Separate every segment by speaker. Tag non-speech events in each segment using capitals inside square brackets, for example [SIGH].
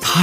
Speaker 1: 他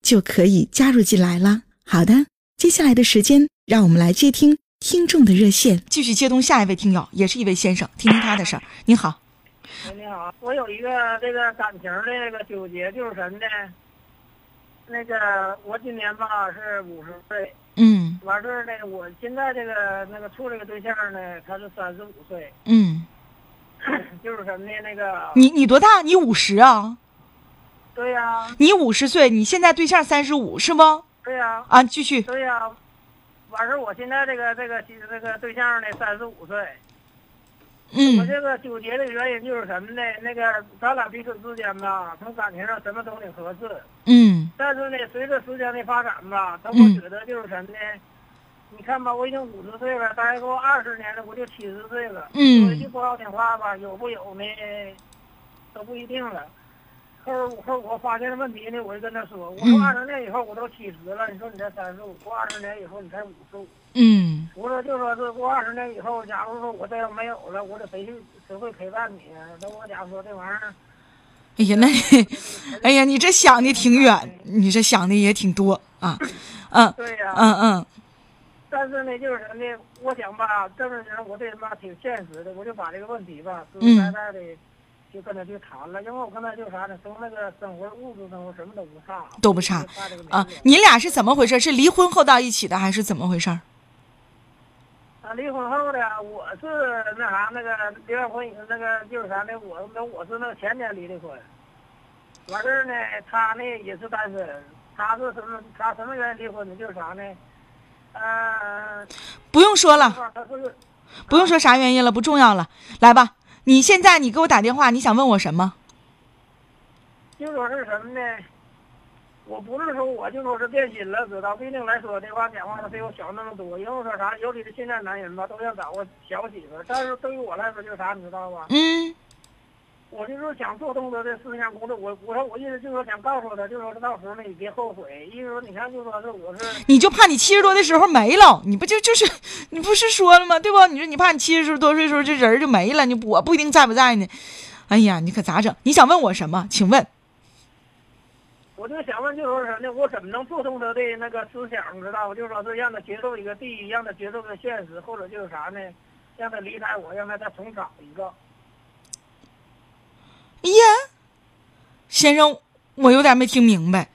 Speaker 2: 就可以加入进来了。好的，接下来的时间，让我们来接听听众的热线，继续接通下一位听友，也是一位先生，听听他的事儿。您好，
Speaker 3: 喂，你好，我有一个这个感情的这个纠结，就是什么呢？那个我今年吧是五十岁，
Speaker 2: 嗯
Speaker 3: 完事儿呢，我现在这个那个处这个对象呢，他是三十五岁， [CLEARS THROAT]
Speaker 2: 嗯，
Speaker 3: 就是什么呢？那个
Speaker 2: 你你多大？你五十啊？
Speaker 3: 对呀、
Speaker 2: 你五十岁，你现在对象三十五是不？
Speaker 3: 对呀、
Speaker 2: 啊，继续，
Speaker 3: 对呀、完事儿我现在这个这个这个对象呢，三十五岁。我
Speaker 2: 嗯
Speaker 3: 这个纠结的原因就是什么呢？那个咱俩彼此之间吧，从感情上什么都挺合适，
Speaker 2: 嗯
Speaker 3: 但是呢，随着时间的发展吧，但
Speaker 2: 嗯
Speaker 3: 我觉得就是什么呢？你看吧，我已经五十岁了，再过二十年了，我就七十岁了。
Speaker 2: 嗯
Speaker 3: 说一句不好听话吧，有不有呢，都不一定了。后儿后儿我发现了问题呢，我就跟他说，我说
Speaker 2: 嗯
Speaker 3: 二十年以后我都七十了，你说你才三十五，过二十年以后你才五十五。
Speaker 2: 嗯
Speaker 3: 我说就说是过二十年以后，假如说我这要没有了，我得谁去谁会陪伴你啊？那我假如说这玩意儿，
Speaker 2: 哎呀，那你，哎呀，你这想的挺远，你这想的也挺多啊，嗯
Speaker 3: 对呀、
Speaker 2: 嗯嗯
Speaker 3: 但是呢，就是什么呢？我想吧，这么人我这人吧挺现实的，我就把这个问题吧实
Speaker 2: 嗯
Speaker 3: 实在在的就跟他去谈了，因为我跟他就啥呢，从那个生活物质生活什么都不差，
Speaker 2: 都不差
Speaker 3: 就差这个
Speaker 2: 啊
Speaker 3: 没有，
Speaker 2: 你俩是怎么回事？是离婚后到一起的，还是怎么回事？
Speaker 3: 啊，离婚后的我是那啥那个离完婚以后那个就是啥呢？我那我是那前年离的婚，完事儿呢，他呢也是单身，他是什么？他什么原因离婚的？就是啥呢？呃，
Speaker 2: 不用说了，
Speaker 3: 他是
Speaker 2: 不用说啥原因了，不重要了。来吧，你现在你给我打电话，你想问我什么？
Speaker 3: 就说是什么呢？我不是说我就说是变心了，知道？毕竟来说的话，讲话比我小那么多。因为说啥，尤其是现在男人吧，都想找个小媳妇儿。但是对于我来说，就是啥，你知道吧？
Speaker 2: 嗯
Speaker 3: 我就是想做动作这思想工作。我我说我意思就是说想告诉他，就说是到时候呢，你别后悔。意思说你看，就说是我是
Speaker 2: 你就怕你七十多的时候没了，你不就就是你不是说了吗？对不？你说你怕你七十多岁的时候这人就没了，你我不一定在不在呢。哎呀，你可咋整？你想问我什么？请问，
Speaker 3: 我就想问，就说什么呢？我怎么能做动他的那个思想，知道吧？就说是让他接受一个第一，让他接受个现实，或者就是啥呢？让他离开我，让他再重找一个。
Speaker 2: 哎呀，先生，我有点没听明白。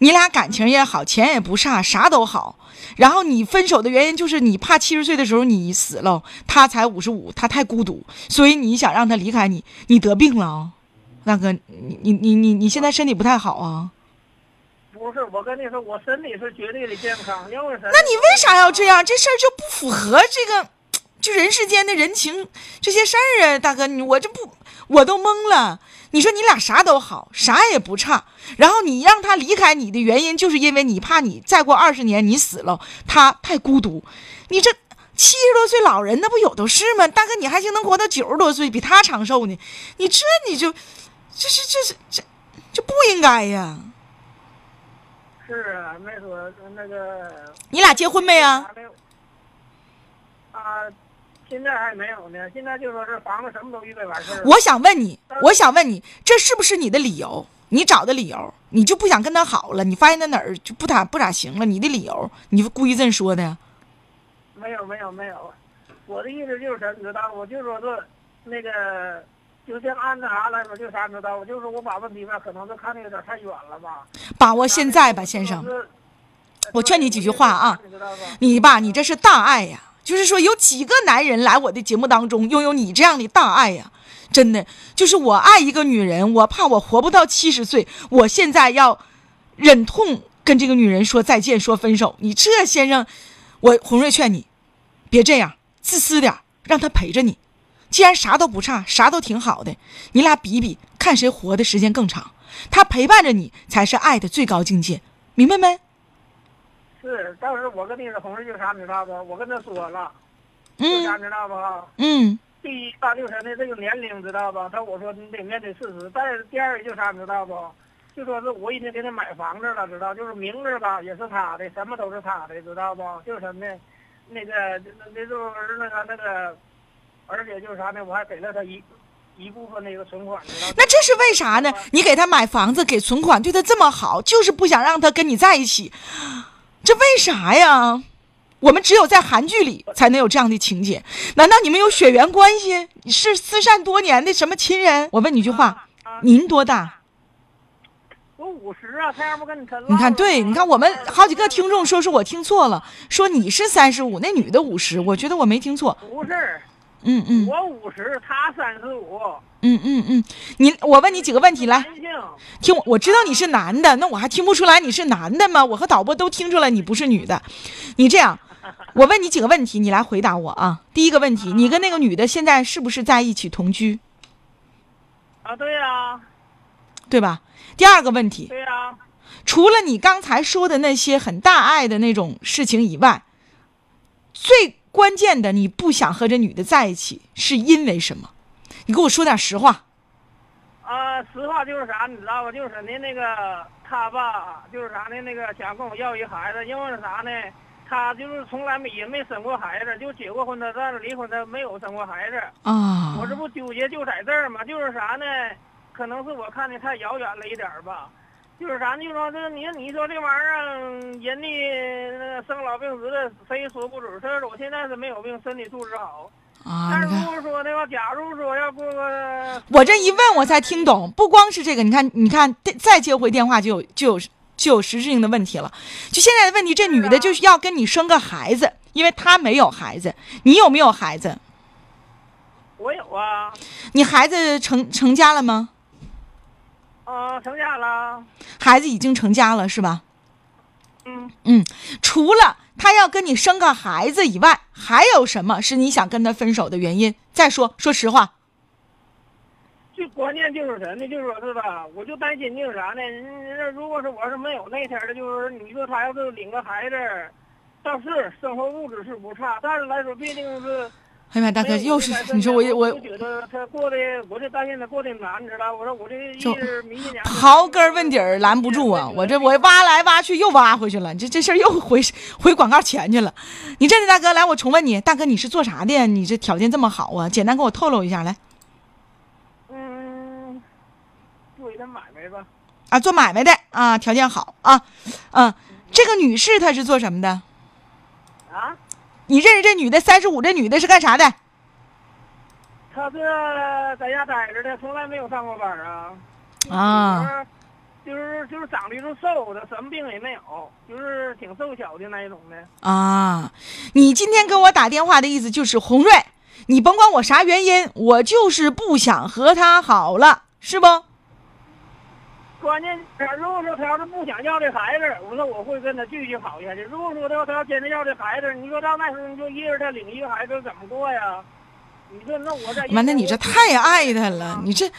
Speaker 2: 你俩感情也好，钱也不差，啥都好。然后你分手的原因就是你怕七十岁的时候你死了，他才五十五，他太孤独，所以你想让他离开你，你得病了啊、大哥，你你你你你现在身体不太好啊？
Speaker 3: 不是，我跟你说，我身体是绝对的健康，因为什么？
Speaker 2: 那你为啥要这样？这事儿就不符合这个，就人世间的人情这些事儿啊，大哥，你我这不我都懵了。你说你俩啥都好，啥也不差，然后你让他离开你的原因，就是因为你怕你再过二十年你死了，他太孤独。你这七十多岁老人，那不有都是吗？大哥，你还行，能活到九十多岁，比他长寿呢。你这你就，这是这是这这不应该呀！
Speaker 3: 是啊，没说那个
Speaker 2: 你俩结婚没啊？？
Speaker 3: 啊，现在还没有呢。现在就说是房子什么都预备完事儿了。
Speaker 2: 我想问你，我想问你，这是不是你的理由？你找的理由，你就不想跟他好了？你发现他哪儿就不咋不咋行了？你的理由，你故意这么说的呀？
Speaker 3: 没有没有没有，我的意思就是什么，你知道吗？我就说是那个，就像按那啥来说，就啥你知道吗？就是我把问题吧，可能是看的有点太远了吧。
Speaker 2: 把握现在吧，先
Speaker 3: 就
Speaker 2: 生。
Speaker 3: 是
Speaker 2: 我劝你几句话啊，
Speaker 3: 你知道吧？
Speaker 2: 你吧，你这是大爱呀、就是说有几个男人来我的节目当中拥有你这样的大爱呀、真的，就是我爱一个女人，我怕我活不到七十岁，我现在要忍痛跟这个女人说再见，说分手。你这先生，我红瑞劝你，别这样，自私点儿，让她陪着你。既然啥都不差，啥都挺好的，你俩比比，看谁活的时间更长。她陪伴着你，才是爱的最高境界，明白没？
Speaker 3: 是，当时我跟那个同事就啥，你知道吧？我跟他说了，就啥，
Speaker 2: 嗯
Speaker 3: 你知道吧？
Speaker 2: 嗯
Speaker 3: 第一，大六十的这个年龄，知道吧？他我说你得面对事实。但是第二，就啥，你知道不？就说是我已经给他买房子了，知道？就是名字吧，也是他的，什么都是他的，知道不？就是什么呢？那个那那就是那个那个，而且就是啥呢？我还给了他一一部分那个存款，知道？
Speaker 2: 那这是为啥呢？你给他买房子，给存款，对他这么好，就是不想让他跟你在一起，这为啥呀？我们只有在韩剧里才能有这样的情节。难道你们有血缘关系？你是失散多年的什么亲人？我问你一句话，
Speaker 3: 啊，
Speaker 2: 您多大？
Speaker 3: 我五十啊，他要不跟你他唠了
Speaker 2: 你看，对，你看，我们好几个听众说是我听错了，说你是三十五，那女的五十，我觉得我没听错。
Speaker 3: 不是
Speaker 2: 嗯嗯
Speaker 3: 我五十，他三十五。
Speaker 2: 嗯嗯嗯，您，我问你几个问题来。
Speaker 3: 男性，
Speaker 2: 听我，我知道你是男的，那我还听不出来你是男的吗？我和导播都听出来你不是女的。你这样，我问你几个问题，你来回答我啊。第一个问题，你跟那个女的现在是不是在一起同居，
Speaker 3: 啊，对呀、
Speaker 2: 对吧？第二个问题，
Speaker 3: 对呀、
Speaker 2: 除了你刚才说的那些很大爱的那种事情以外，最关键的，你不想和这女的在一起是因为什么？你给我说点实话。
Speaker 3: 啊，实话就是啥，你知道吧？就是那那个他吧，就是啥呢？那个想跟我要一孩子，因为是啥呢？他就是从来没也没生过孩子，就结过婚的，但是离婚的没有生过孩子。
Speaker 2: 啊
Speaker 3: 我这不纠结就在这儿嘛，就是啥呢？可能是我看的太遥远了一点儿吧。就是啥呢？就说这个，你你说这玩意儿，啊人的那个生老病死的，谁也说不准。但是我现在是没有病，身体素质好。
Speaker 2: 啊！你
Speaker 3: 但是
Speaker 2: 看
Speaker 3: 如。果说的话，假如说要呃过个
Speaker 2: 我这一问，我才听懂，不光是这个，你看，你看，再再接回电话就有就有就有实质性的问题了。就现在的问题，这女
Speaker 3: 啊
Speaker 2: 的就是要跟你生个孩子，因为她没有孩子，你有没有孩子？
Speaker 3: 我有啊，
Speaker 2: 你孩子成成家了吗？
Speaker 3: 啊、成家了，
Speaker 2: 孩子已经成家了是吧？
Speaker 3: 嗯，
Speaker 2: 嗯，除了她要跟你生个孩子以外，还有什么是你想跟她分手的原因？再说，说实话，
Speaker 3: 最关键就是什么呢？就是说是吧，我就担心就是啥呢？那如果是我是没有那天儿的，就是你说他要是领个孩子，倒是生活物质是不差，但是来说毕竟是
Speaker 2: 哎呀妈，大
Speaker 3: 没
Speaker 2: 哥，
Speaker 3: 有
Speaker 2: 又是
Speaker 3: 在身
Speaker 2: [LAUGHS]
Speaker 3: 边
Speaker 2: 你说我我
Speaker 3: 就觉得他过得，我就担心他过得难，你知道吧？我说我这一
Speaker 2: 就
Speaker 3: 直迷信点儿
Speaker 2: 刨根儿问底儿拦不住啊！我这我挖来挖去又挖回去了，你这这事儿又回 [LAUGHS] 回广告钱去了。你这大哥来，我重问你，大哥你是做啥的呀？你这条件这么好啊？简单给我透露一下来
Speaker 3: 嗯，做一点买卖吧。
Speaker 2: 啊！做买卖的啊，条件好啊，嗯、这个女士她是做什么的？
Speaker 3: 啊，
Speaker 2: 你认识这女的三十五？这女的是干啥的？
Speaker 3: 他这在家待着的，从来没有上过班儿啊。
Speaker 2: 啊，，
Speaker 3: 就是就是长得就是瘦的，什么病也没有，就是挺瘦小的那一种的。
Speaker 2: 啊，你今天给我打电话的意思就是红瑞，你甭管我啥原因，我就是不想和她好了，是不？
Speaker 3: 关键是，如果说他要是不想要这孩子，我说我会跟他继续好下去。如果说他要他要坚持要这孩子，你说到那时候你就一人他领一个孩子怎么过呀？你说那我这
Speaker 2: 妈，哎那你这太爱她了，你这，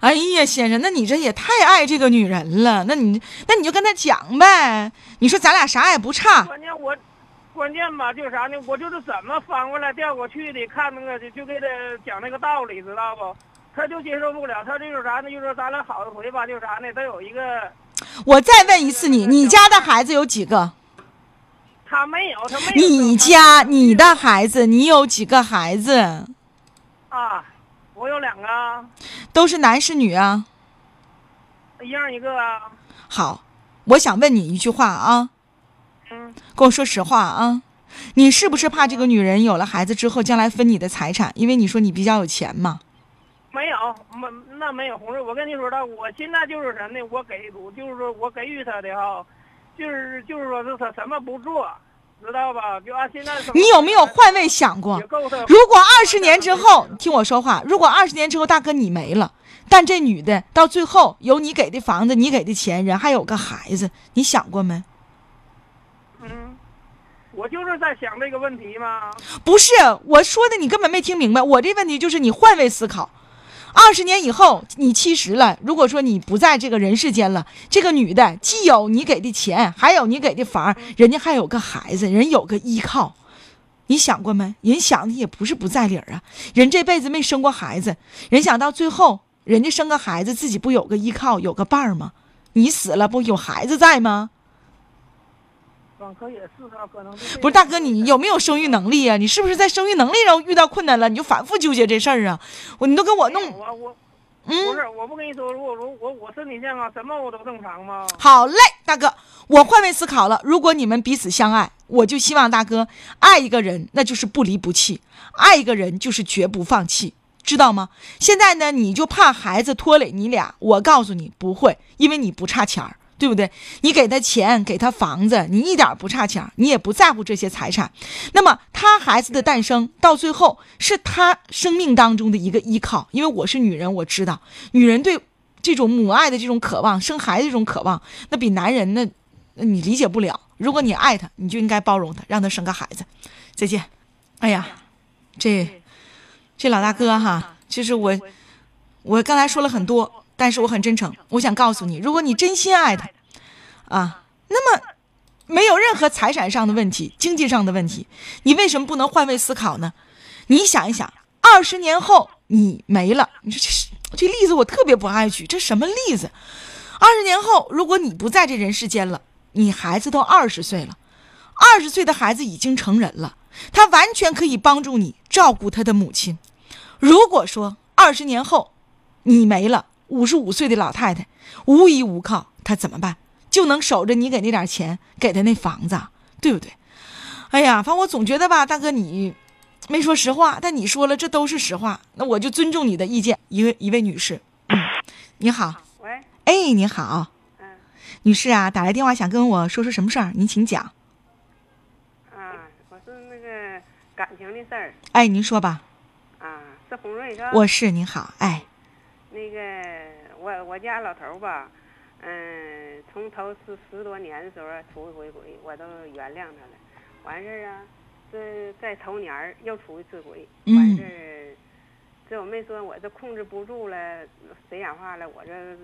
Speaker 2: 哎呀，先生，那你这也太爱这个女人了。那你那你就跟她讲呗，你说咱俩啥也不差，
Speaker 3: 关键我。关键吧，就是啥呢？我就是怎么翻过来调过去的，看那个就就给他讲那个道理，知道不？他就接受不了，他就是啥呢？就说咱俩好一回吧，就是啥呢？他有一个，
Speaker 2: 我再问一次你，你家的孩子有几个？
Speaker 3: 他没有，他没有。
Speaker 2: 你
Speaker 3: 他
Speaker 2: 家你的孩子，你有几个孩子？
Speaker 3: 啊，我有两个，
Speaker 2: 都是男是女啊？
Speaker 3: 一样一个啊。
Speaker 2: 好，我想问你一句话啊，
Speaker 3: 嗯，
Speaker 2: 跟我说实话啊，你是不是怕这个女人有了孩子之后将来分你的财产？因为你说你比较有钱嘛。
Speaker 3: 没有，没那没有红瑞，我跟你说的，我现在就是什么呢？我给，我就是说我给予他的哈，就是就是说是他什么不做，知道吧？就按现在
Speaker 2: 你有没有换位想过
Speaker 3: 也？够 [LAUGHS] 他
Speaker 2: 如果二十年之后，你听我说话，如果二十年之后大哥你没了，但这女的到最后有你给的房子，你给的钱，人还有个孩子，你想过没？
Speaker 3: 嗯，我就是在想这个问题嘛。
Speaker 2: 不是我说的，你根本没听明白。我这问题就是你换位思考。二十年以后，你七十了，如果说你不在这个人世间了，这个女的既有你给的钱，还有你给的房，人家还有个孩子，人有个依靠，你想过没？人想的也不是不在理儿啊，人这辈子没生过孩子，人想到最后，人家生个孩子，自己不有个依靠，有个伴儿吗？你死了不有孩子在吗？
Speaker 3: 啊，可也是啊，可能就这
Speaker 2: 不是
Speaker 3: 个
Speaker 2: 大哥，你有没有生育能力啊？你是不是在生育能力上遇到困难了，你就反复纠结这事儿啊？我你都给我
Speaker 3: 没有
Speaker 2: 弄，
Speaker 3: 啊？我不
Speaker 2: 嗯，
Speaker 3: 是，我不跟你说，如果如我我身体健康，什么我都正常吗？
Speaker 2: 好嘞，大哥，我换位思考了。如果你们彼此相爱，我就希望大哥爱一个人，那就是不离不弃；爱一个人就是绝不放弃，知道吗？现在呢，你就怕孩子拖累你俩，我告诉你不会，因为你不差钱儿。对不对？你给他钱，给他房子，你一点儿不差钱儿，你也不在乎这些财产。那么他孩子的诞生到最后是他生命当中的一个依靠，因为我是女人，我知道女人对这种母爱的这种渴望，生孩子这种渴望，那比男人那，那你理解不了。如果你爱他，你就应该包容他，让他生个孩子。再见。哎呀，这这老大哥哈，就是我，我刚才说了很多，但是我很真诚，我想告诉你，如果你真心爱他，啊，那么没有任何财产上的问题、经济上的问题，你为什么不能换位思考呢？你想一想，二十年后你没了，你说这是这例子我特别不爱举，这什么例子？二十年后，如果你不在这人世间了，你孩子都二十岁了，二十岁的孩子已经成人了，他完全可以帮助你照顾他的母亲。如果说二十年后你没了，五十五岁的老太太无依无靠，她怎么办？就能守着你给那点钱，给她那房子啊，对不对？哎呀，反正我总觉得吧，大哥你没说实话，但你说了，这都是实话，那我就尊重你的意见。一位一位女士，嗯你好，
Speaker 3: 喂，
Speaker 2: 哎，你好，
Speaker 3: 嗯
Speaker 2: 女士啊，打来电话想跟我说说什么事儿？您请讲。
Speaker 3: 啊，我是那个感情的事儿
Speaker 2: 哎，您说吧。
Speaker 3: 啊，是红瑞是吧？
Speaker 2: 我是您好，哎，
Speaker 3: 那个我我家老头儿吧，嗯，从头十十多年的时候出一回轨，我都原谅他了。完事儿啊，这在头年儿又出一次轨，
Speaker 2: 嗯
Speaker 3: 完事儿，这我没说，我这控制不住了，谁讲话了，我这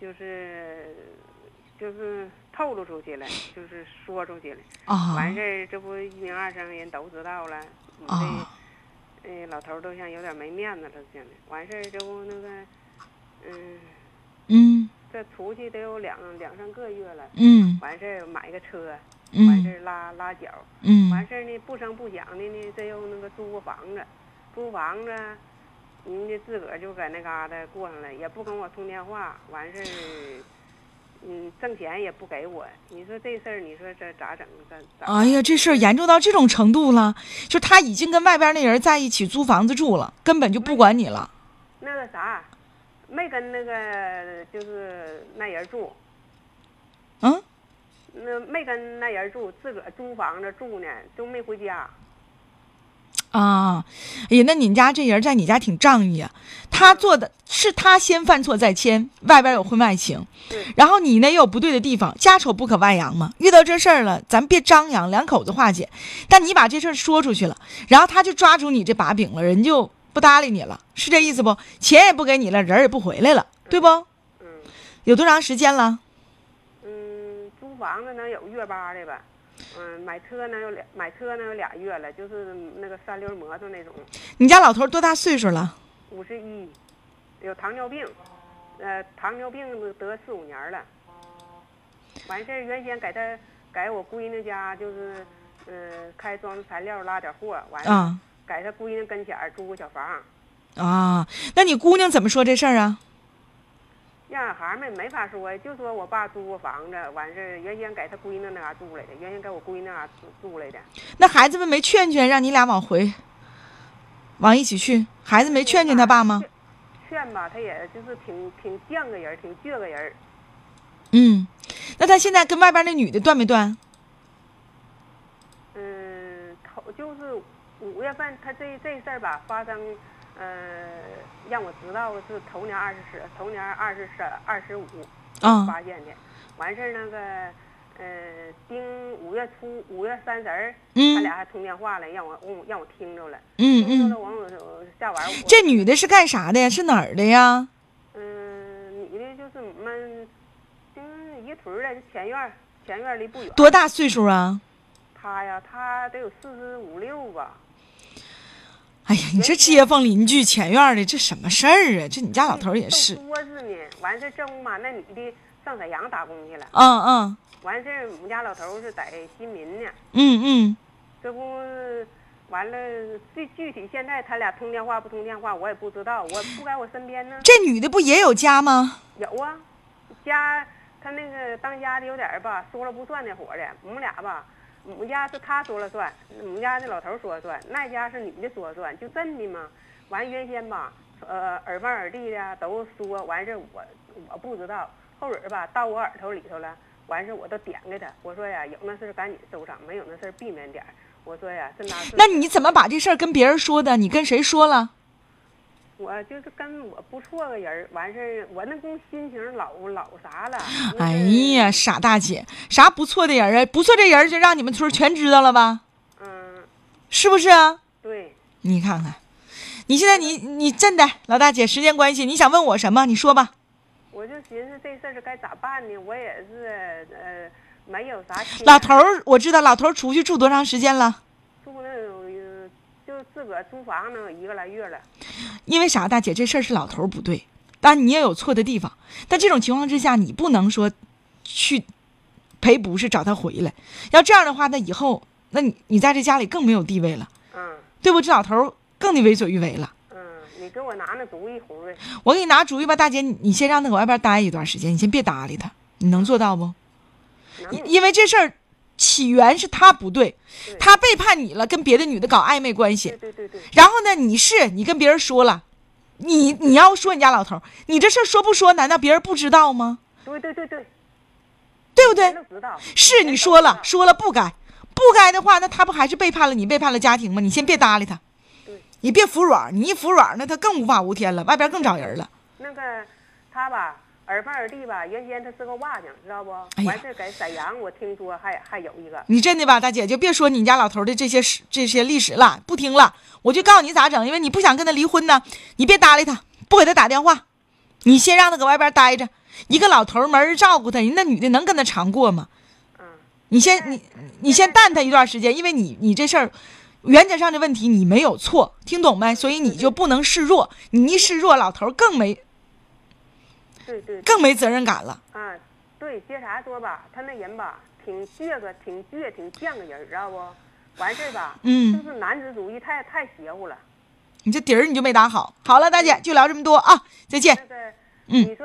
Speaker 3: 就是就是透露出去了，就是说出去了。
Speaker 2: 啊、
Speaker 3: 完事儿，这不一鸣二声，人都知道了。你这，
Speaker 2: 啊
Speaker 3: 哎，老头儿都像有点没面子了似的。完事儿，这不那个，嗯，
Speaker 2: 嗯
Speaker 3: 这出去得有两两三个月了。
Speaker 2: 嗯
Speaker 3: 完事儿买个车，完事
Speaker 2: 嗯
Speaker 3: 儿拉拉脚，
Speaker 2: 嗯
Speaker 3: 完事儿呢不声不响的呢，这又那个租个房子，租房子，人家自个儿就在那嘎达过上了，也不跟我通电话，完事儿，嗯，挣钱也不给我，你说这事儿，你说这咋整？这咋？
Speaker 2: 哎呀，这事儿严重到这种程度了，就他已经跟外边那人在一起租房子住了，根本就不管你了。
Speaker 3: 那个啥，没跟那个就是那人住，
Speaker 2: 嗯，
Speaker 3: 那没跟那人住，自个儿租房子住呢，都没回家。
Speaker 2: 啊，哎呀，那你家这人在你家挺仗义啊。他做的是他先犯错再签，外边有婚外情
Speaker 3: 对，
Speaker 2: 然后你呢也有不对的地方，家丑不可外扬嘛。遇到这事儿了，咱别张扬，两口子化解。但你把这事儿说出去了，然后他就抓住你这把柄了，人就不搭理你了，是这意思不？钱也不给你了，人儿也不回来了，对不？
Speaker 3: 嗯
Speaker 2: 有多长时间了？
Speaker 3: 嗯，租房子能有月八的吧？嗯，买车能有俩，买车能有俩月了，就是那个三轮摩托那种，
Speaker 2: 你家老头儿多大岁数了？
Speaker 3: 五十一，有糖尿病，呃，糖尿病得四五年了。完事儿，原先给他给我闺女家就是，嗯、开装材料拉点货，完了
Speaker 2: 啊
Speaker 3: 在他姑娘跟前儿租个小房，
Speaker 2: 啊，那你姑娘怎么说这事儿啊？
Speaker 3: 让孩们没法说，就说我爸租个房子，完事儿原先在他闺女那嘎住来的，原先在我闺女那嘎住住来的，
Speaker 2: 那孩子们没劝劝，让你俩往回，往一起去？孩子没劝劝他爸吗？
Speaker 3: 劝吧，他也就是挺挺犟个人儿，挺倔个人儿，
Speaker 2: 嗯，那他现在跟外边那女的断没断？
Speaker 3: 嗯，头就是五月份，他这这事儿吧发生，呃，让我知道是头年二十十，头年二十三、二十五
Speaker 2: 啊
Speaker 3: 发现的。完事儿那个，呃，丁五月初五月三十儿，
Speaker 2: 嗯
Speaker 3: 他俩还通电话了，让我我让我听着了，
Speaker 2: 嗯
Speaker 3: 听着
Speaker 2: 嗯，
Speaker 3: 了完我我下完我
Speaker 2: 这女的是干啥的呀？是哪儿的呀？
Speaker 3: 嗯女的就是我们，嗯一个屯儿的前院儿前院儿离不远，
Speaker 2: 多大岁数啊？
Speaker 3: 他呀他得有四十五六吧。
Speaker 2: 哎呀，你这街坊邻居前院的这什么事儿啊？这你家老头儿也是，
Speaker 3: 多是呢，完事儿正嘛，那女的上沈阳打工去了。
Speaker 2: 嗯嗯
Speaker 3: 完事儿，我们家老头儿是在新民呢。
Speaker 2: 嗯嗯，
Speaker 3: 这不完了，具具体现在他俩通电话不通电话，我也不知道，我不在我身边呢。
Speaker 2: 这女的不也有家吗？
Speaker 3: 有啊，家他那个当家的有点儿吧，说了不算那伙儿的。我们俩吧，我们家是他说了算，我们家那老头儿说了算，那家是女的说了算，就真的嘛。完原先吧，呃，耳帮耳弟的都说，完事儿我我不知道，后尾儿吧到我耳朵里头了，完事儿我都点给他，我说呀，有那事儿赶紧收场，没有那事儿避免点儿。我说呀，这那是
Speaker 2: 那你怎么把这事儿跟别人说的？你跟谁说了？
Speaker 3: 我就是跟我不错个人儿，完事儿我那公心情老老啥
Speaker 2: [LAUGHS]
Speaker 3: 了。
Speaker 2: 哎呀，傻大姐，啥不错的人啊？不错这人儿就让你们村儿全知道了吧？
Speaker 3: 嗯，
Speaker 2: 是不是啊？
Speaker 3: 对，
Speaker 2: 你看看，你现在你你真的老大姐，时间关系，你想问我什么？你说吧。
Speaker 3: 我就寻思这事儿该咋办呢？我也是呃，没有啥心眼儿。
Speaker 2: 老头儿，我知道老头儿出去住多长时间了？
Speaker 3: 住那有呃就自个儿租房能有一个来月了。
Speaker 2: 因为啥，大姐，这事儿是老头儿不对，但你也有错的地方。但这种情况之下，你不能说去赔不是找他回来。要这样的话，那以后，那你你在这家里更没有地位了，
Speaker 3: 嗯
Speaker 2: 对不？这老头儿更得为所欲为了。
Speaker 3: 嗯，你给我拿那主意，红瑞。
Speaker 2: 我给你拿主意吧，大姐，你你先让他搁外边待一段时间，你先别搭理他，你能做到不？
Speaker 3: 能
Speaker 2: 因因为这事儿起源是他不对，
Speaker 3: 对
Speaker 2: 他背叛你了，跟别的女的搞暧昧关
Speaker 3: 对
Speaker 2: 系。
Speaker 3: 对对对，
Speaker 2: 然后呢，你是你跟别人说了，你你要说你家老头儿，你这事儿说不说？难道别人不知道吗？
Speaker 3: 对对对对，
Speaker 2: 对不
Speaker 3: 谁
Speaker 2: 对
Speaker 3: 都？知道。
Speaker 2: 是你说了，
Speaker 3: 谁
Speaker 2: 说了不该，不该的话，那他不还是背叛了你，背叛了家庭吗？你先别搭理他
Speaker 3: 对，
Speaker 2: 你别服软，你一服软，那他更无法无天了，外边更找人了。
Speaker 3: 都知道那个他吧，耳畔耳弟吧，原先他是个瓦匠，知道不？
Speaker 2: 哎呀
Speaker 3: 完事儿在沈阳，我听说还还有一个。
Speaker 2: 你真的吧，大姐就别说你家老头的这些事、这些历史了，不听了，我就告诉你咋整，因为你不想跟他离婚呢，你别搭理他，不给他打电话，你先让他搁外边待着，一个老头儿没人照顾他，人那女的能跟他长过吗？
Speaker 3: 嗯，
Speaker 2: 你先你你先淡他一段时间，因为你你这事儿原则上的问题你没有错，听懂没？所以你就不能示弱，你一示弱，老头儿更没
Speaker 3: 对对。对
Speaker 2: 更没责任感了。
Speaker 3: 啊，对，接啥说吧，他那人吧，挺倔个，挺倔，挺犟个人，知道不？完事儿吧，
Speaker 2: 嗯
Speaker 3: 就是男子主义太太邪乎了。
Speaker 2: 你这底儿你就没打好。好了，大姐就聊这么多啊，再见
Speaker 3: 那。个，
Speaker 2: 嗯
Speaker 3: 你说